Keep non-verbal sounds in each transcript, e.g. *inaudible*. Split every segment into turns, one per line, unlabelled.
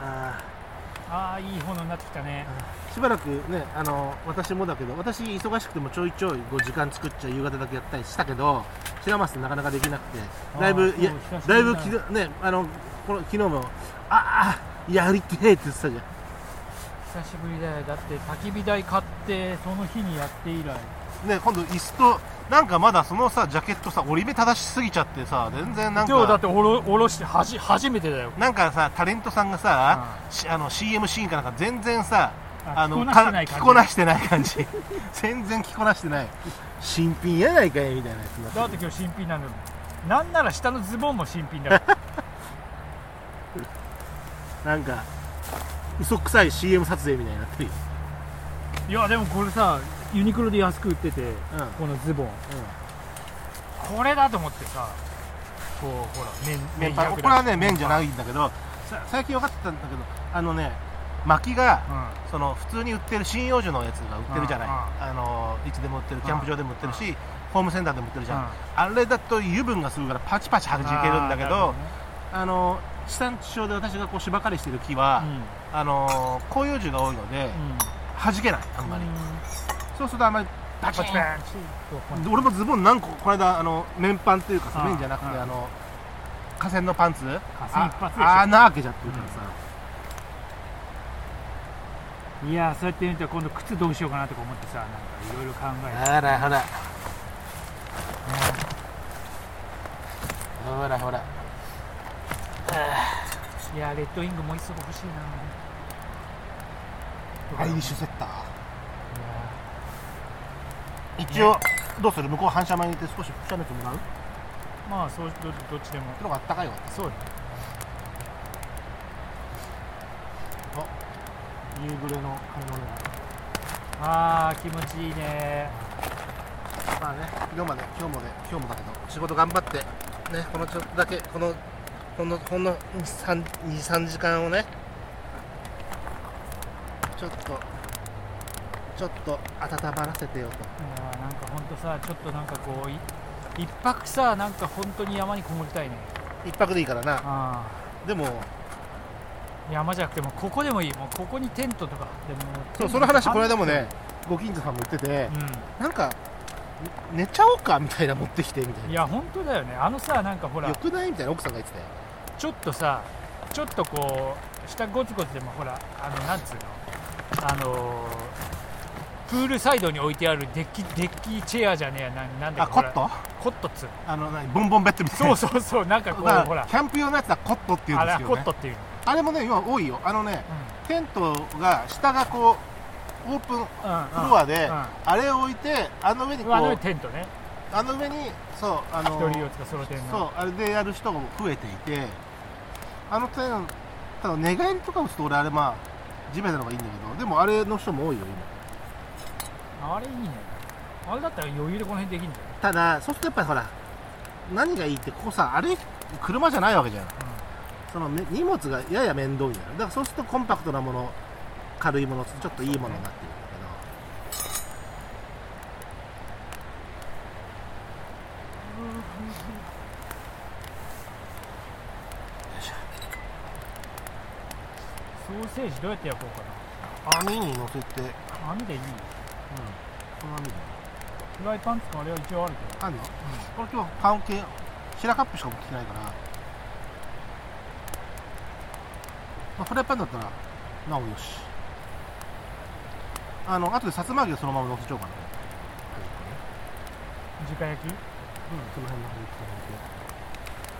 あ
ああいい炎になってきたね
ーしばらくねあの私もだけど私忙しくてもちょいちょいこう時間作っちゃう夕方だけやったりしたけど白松なかなかできなくてだい
あ
ぶ
ー
いや
そう久しぶ
だい
り
ぶきねあのこの昨日もああやりてえって言ってたじゃん
久しぶりだよだって焚き火台買ってその日にやって以来
ね今度椅子となんかまだそのさジャケットさ折り目正しすぎちゃってさ全然なん
今日だっ
か
ておろおろしてはじ初めてだよ
なんかさタレントさんがさ、しあの CM シーンかなんか全然さあの
着こなしてない
か着こ
感
な
じ
してない感じ *laughs* 全然着こなしてない新品やないかいみたいなやつになってる
だって今日新品なんだもんなんなら下のズボンも新品
*laughs*
だから
なんか嘘くさい CM 撮影みたいになってるよ
いやでもこれさユニクロで安く売ってて
うんうん
このズボンこれだと思ってさこうほら麺
メンパ
麺
これ
100だ
はね麺じゃないんだけどさ最近分かったんだけどあのね巻きが
うん
その普通に売ってる針葉樹のやつが売ってるじゃない
うんうん
あのいつでも売ってるキャンプ場でも売ってる
う
しホームセンターでも売ってるじゃんあれだと油分がすごいからパチパチ弾
うん
けるんだけ
あーなるほ
ど
ね
あの地産地消で私がこう芝刈りしてる木はあの紅葉樹が多いので
うんうん
弾けないあんまりそうするとあんまりパチパチで俺もズボン何個この間あの綿パンっていうかさ
ああ
綿じゃなくて
ああ
あの河川のパンツ
河川一発でしょ
あ穴開けちゃってるからさ、
いやーそうやって見たら今度靴どうしようかなとか思ってさなんかいろいろ考えて
ほらほらほらほら
いやーレッドウィングもう一足欲しいな
アイリッ
シ
シュセッタ
ュ
ー一応どうする向こう反射前にいて少し吹き上げてもらう
まあそうどどっちでも
のがあったかいわ
そうだ
夕暮れの買い物が
あー気持ちいいね
まあね今日まで今日もで今日もだけど仕事頑張ってねこのちょっとだけこのほんのほんの23時間をねちょっとちょっと温まらせてよと
いやーなんかほんとさちょっとなんかこうい一泊さなんか本当に山にこもりたいね
一泊でいいからな
あ
でも
ー山じゃなくてもうここでもいいもうここにテントとかでも
そうその話この間もねご近所さんも言ってて
うん
なんか寝ちゃおうかみたいな持ってきてみたい
い
な
や本当だよねあのさなんかほら
よくないみたいな奥さんが言ってたよ
ちょっとさちょっとこう下ゴツゴツでもほらあのなんつうのあのープールサイドに置いてあるデッキデッキチェアじゃねえやなんなんだっけほら
ト
コットっつうの
あの何ボンボンベッドみ
そうそうそうなんかこう
*laughs* まあ
ほら
キャンプ用のやつはコットって言うん
あ
です
ら
け
コ
ど
ッ
ね
トっていうの
あれもね今多いよあのねテントが下がこうオープンフ
うんうんうん
ロアで、
うん
あれを置いてあの上にこう
あのテントね
あの上にそうあ
一
の
人用とかソロテント
そうあれでやる人も増えていてあのテントの寝返りとか打つと俺あれまあ地面なのがいいんだけどでもあれの人も多いよ今
あれいいねあれだったら余裕でこの辺できるんだよ、
ただそうするとやっぱりほら何がいいってここさあれ車じゃないわけじゃんそのね荷物がやや面倒になるだからそうするとコンパクトなもの軽いものちょっといいものになってるんだ
うんソーセージどうやって焼こうか
けど網に乗せて、うん、
な網でいい
この網で
フライパン使うあれは一応あるけど
あんの、俺今日パン系白カップしか持ってきてないから、まあ、フライパンだったらなおよしあのあとでさつま揚げをそのまま乗せちゃおうかな
直焼き
うんその辺の端っこ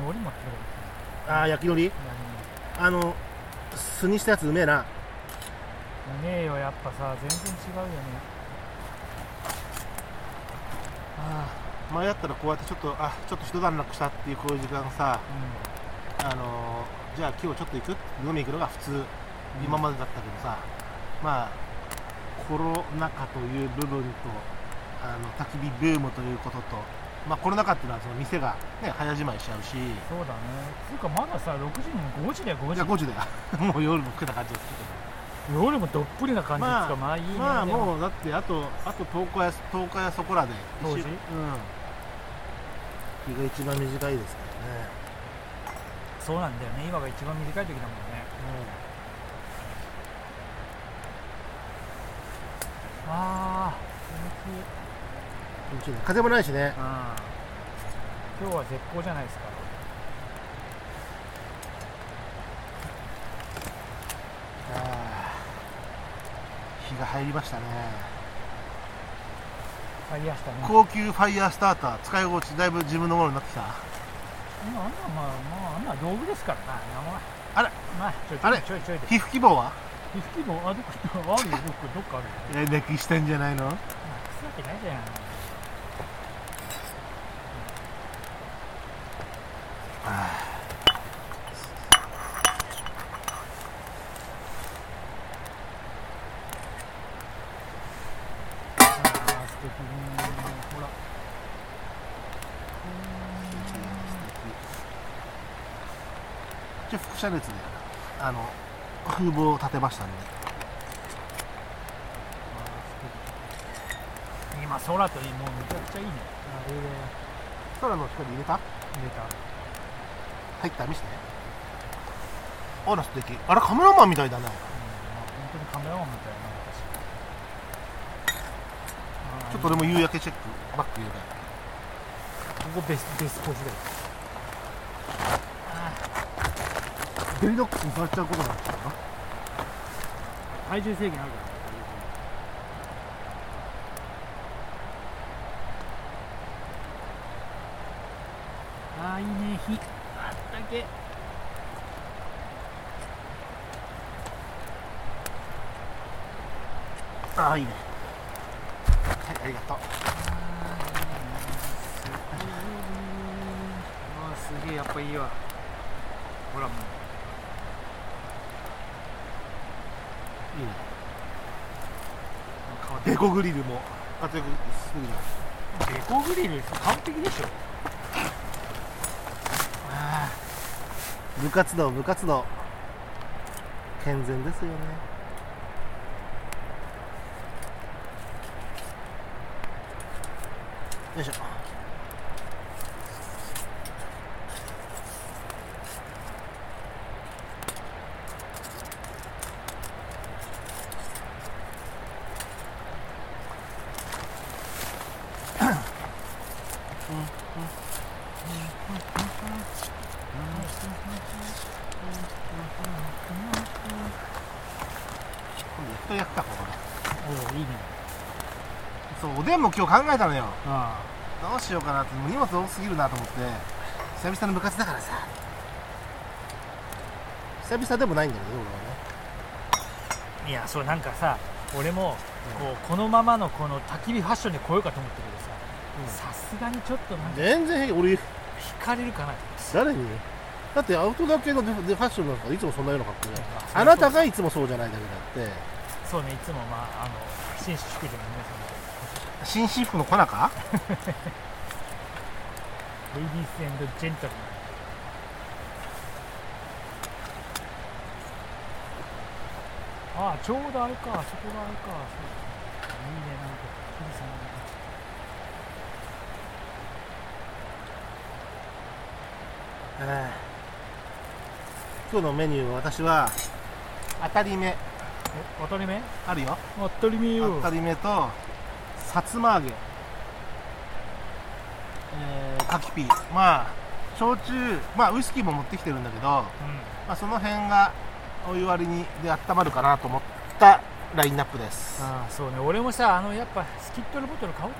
の辺で
海苔も作ればいい
ああ焼き海苔
いやね
あの酢にしたやつうめえな
うめえよやっぱさ全然違うよねあ
前だったらこうやってちょっとあちょっと一段落したっていうこういう時間さ
あ、う
あのーじゃあ今日ちょっと行く飲み行くのが普通
ん、
今までだったけどさ、まあコロナ禍という部分とあの焚き火ブームということと、まあ、コロナ禍っていうのはその店が、ね、早じまいしちゃうし
そうだねつうかまださ6時にも5時だよ5
じゃあ
時
5時だよ *laughs* もう夜も食った感じです
夜もどっぷりな感じ
まあ
つうかまあいい
け
ね
どまあ
でも
もうだってあとあと10日や10日やそこらで
当時
一週うん日が一番短いですからね
そうなんだよね今が一番短い時だもんねああ気持ち
気持ちい
いい
いね風もないしね
うん今日は絶好じゃないですか
あー火が入りましたね
入りやしたね
高級ファイヤースターター使い心地だいぶ自分のものになってきた
今あんなまあまああんな道具ですからな名前
あれ
まあちょい
あれ
ちょいちょいで
皮膚希望は
皮膚機もあどっかあるよどっかどっかあるよね
え歴してんじゃないの
なくすわけないじゃんあー素敵ねほら
じゃあ副車列であの風貌を立てましたんで
今空といいもうめちゃくちゃいいね
あれ空の光入れた
入れた
入った見せてあら素敵あらカメラマンみたいだね
本当にカメラマンみたいな私
ちょっと俺も夕焼けチェックバック入れたい
ここベスベスポジだよ
デリドックスにされちゃうことになっちゃうな
体重制限あるかああいいね火あったけ
ああいいねはいありがとう
あすげえやっぱいいわほらもう
いいね
変わって
デコグリルも活躍するじゃん
デコグリル完璧でしょ
部活動部活動健全ですよねよいしょ今度やっと焼くかこれ
おおいいね
そうおでんも今日考えたのよ
あ
どうしようかなってもう荷物多すぎるなと思って久々の部活だからさ久々でもないんだけど俺はね
あいやそうなんかさ俺もこうこのままのこの焚き火ファッションで来ようかと思ったけどささすがにちょっとなんか
全然平気俺
惹かれるかな
誰にだってアウトドア系のデフデファッションなんかいつもそんなような格好じゃん
あ
あなたがいつもそうじゃないだけであって
そうねいつもまああの紳士淑女の皆さんみたいな
紳士服の粉か
レディースジェントルマンああちょうどあれかあそこがあれかそうだねいいねなんか富士山の
今日のメニューは私は当たり目
お当たり目
あるよ
お当たり目
当
よ
たり目とさつま揚げえー、カキピーまあ焼酎まあウイスキーも持ってきてるんだけど、ま
う
あ、その辺がお湯割りにで温まるかなと思ったラインナップです
ん、ああそうね俺もさあのやっぱスキットルボトル買おうか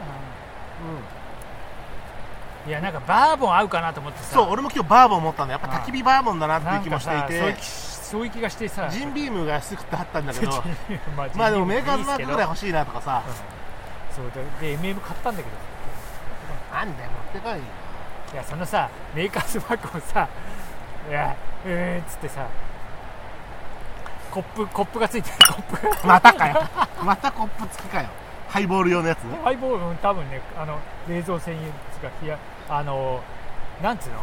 ないやなんかバーボン合うかなと思ってさ
そう俺も今日バーボン持ったんだやっぱ
ああ
焚き火バーボンだなってい
な
うん気も
か
してい
さそういう
て
気そういう気がしてさ
ジンビームが安くてあったんだけ
*laughs*
ど
まあ
まあでもメーカーズマークぐらい
いい
欲しいなとかさ
っすけどうんそうでで MM 買ったんだけど
なんだよ持ってこいよ
いやそのさメーカーズマークをさ「いやうーん」っつってさコップコップがついてるコップ
またかよまたコップ付きかよハイボール用のやつ
ハイボールも多分ねあの冷蔵専用つか冷やあのなんつうの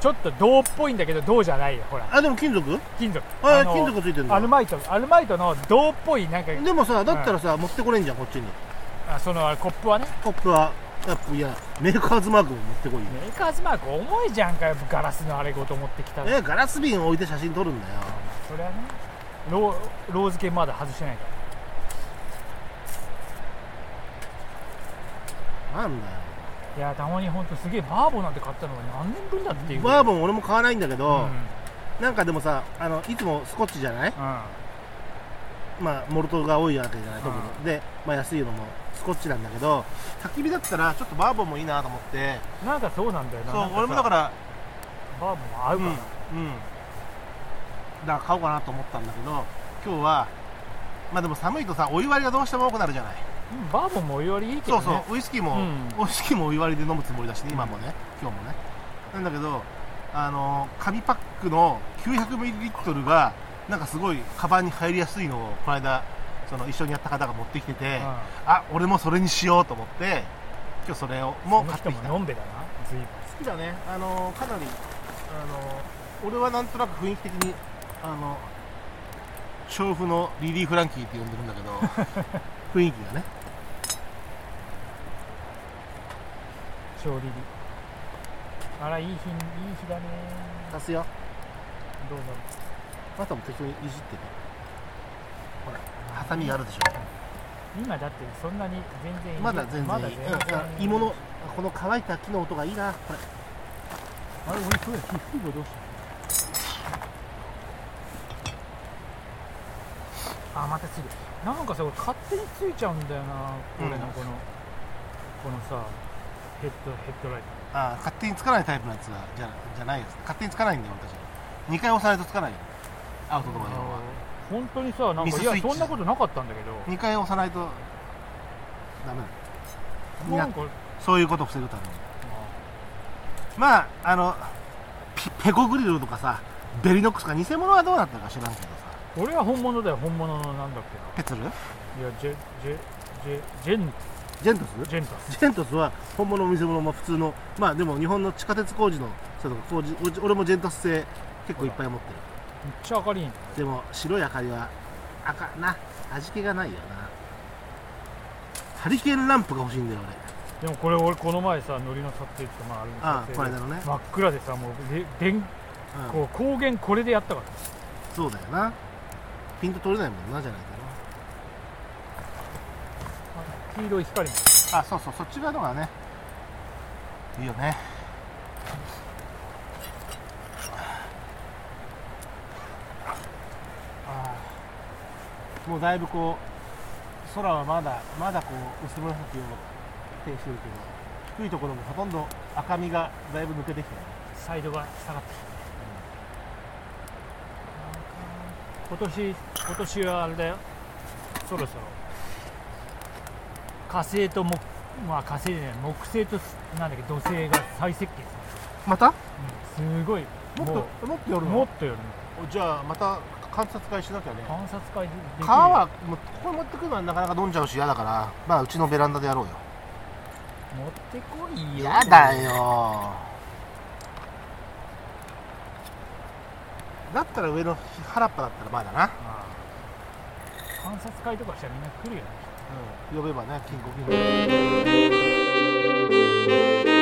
ちょっと銅っぽいんだけど銅じゃないよほら
あでも金属
金属
あ
の
金属ついてるんだ
アルマイトアルマイトの銅っぽいなんか
でもさだったらさ、持ってこれんじゃんこっちに
あそのコップはね
コップはやっぱいやメーカーズマークも持ってこいよ
メーカーズマーク重いじゃんかよガラスのあれごと持ってきたら、
えガラス瓶置いて写真撮るんだよ
それはねローローズ系まだ外してないから
なんだよ
いやたまに本当すげえバーボなんて買ったのが何年ぶりだっていう
バー
ボ
ボン俺も買わないんだけ
う
ど
ん、、
なんかでもさあのいつもスコッチじゃないまあモルトが多いわけじゃない特
う
にで、まあ、安いのもスコッチなんだけど焚き火だったらちょっとバーボンもいいなと思って
うん、なんかそうなんだよな
そう俺もだからら
バーボン合う
う
か
ん
ら、
うんだから買おうかなと思ったんだけど今日はまあでも寒いとさお湯割りがどうしても多くなるじゃない
うんバーボンもお湯割りいいけど
そう
ね
そうウイスキーも、
うん
ウイスキーもお湯割りで飲むつもりだし、ね、今もね今日もねなんだけどあの紙パックの 900ml がなんかすごいカバンに入りやすいのをこの間その一緒にやった方が持ってきてて、
うん
あ俺もそれにしようと思って今日それをもう買ってきた
この人も
好
のんべだな随分
きだねあのかなりあの俺はなんとなく雰囲気的にあの娼婦のリリー・フランキーって呼んでるんだけど雰囲気がね
調理日あらいい日いい日だね
出すよ
どうぞ
あとも適当にいじってねほらハサミがあるでしょ
今だってそんなに全然いい
まだ全然いい、
まだ全然
うんあ芋のこの乾いた木の音がいいなこれ
あれ俺そうや皮膚部どうしたあまたついてるなんかさ俺勝手についちゃうんだよな俺の
うん
この、このさヘッドヘッドライト
あー勝手につかないタイプのやつはじゃじゃないです勝手につかないんだよ俺たち2回押さないとつかないよアウトドア用は
本当にさなん
ミス
か
ス
い
イッ
や
チ
そんなことなかったんだけど
2回押さないとダメだいや
なんか、ま
そういうことを防ぐために
あ
まああのピペコグリルとかさベリノックスとか偽物はどうなったか知らんけどさ
俺は本物だよ本物のなんだっ
ペツル
けないやジェジェジェジェン
ジェントス
ジェンタス
ジェントスは本物も偽物も普通のまあでも日本の地下鉄工事のその工事うち俺もジェントス製結構いっぱい持ってる
めっちゃ明るいんだ
でも白い明かりは赤な味気がないよなハリケーンランプが欲しいんだよ
でもこれ俺この前さノリの撮影ってまああれの
俺ああ
撮
これ
影
だ
で
ろね、
真っ暗でさもうで電
うん、
こう光源これでやったから
そうだよなピント取れないもんなじゃないか
黄色い光も
なあそうそうそっち側のがねいいよねああもうだいぶこう空はまだまだこう薄紫を呈してるけど低いところもほとんど赤みがだいぶ抜けてきたよね
サイドが下がってきて、今年今年はあれだよそろそろ火星と木まあ火星じゃない木星となんだっけ土星が再接近
また
する、すごい
もっ
も
ともっと寄
う
る
も
の
っとよね
じゃあまた観察会しなきゃね
観察会でできる
川はもうここに持ってくるのはなかなか飲んじゃうし嫌だからまあうちのベランダでやろうよ
持ってこいよ
やだよだったら上の原っぱだったらまだな、
ああ観察会とかしたらみんな来るよね
うん、呼べばね金庫金庫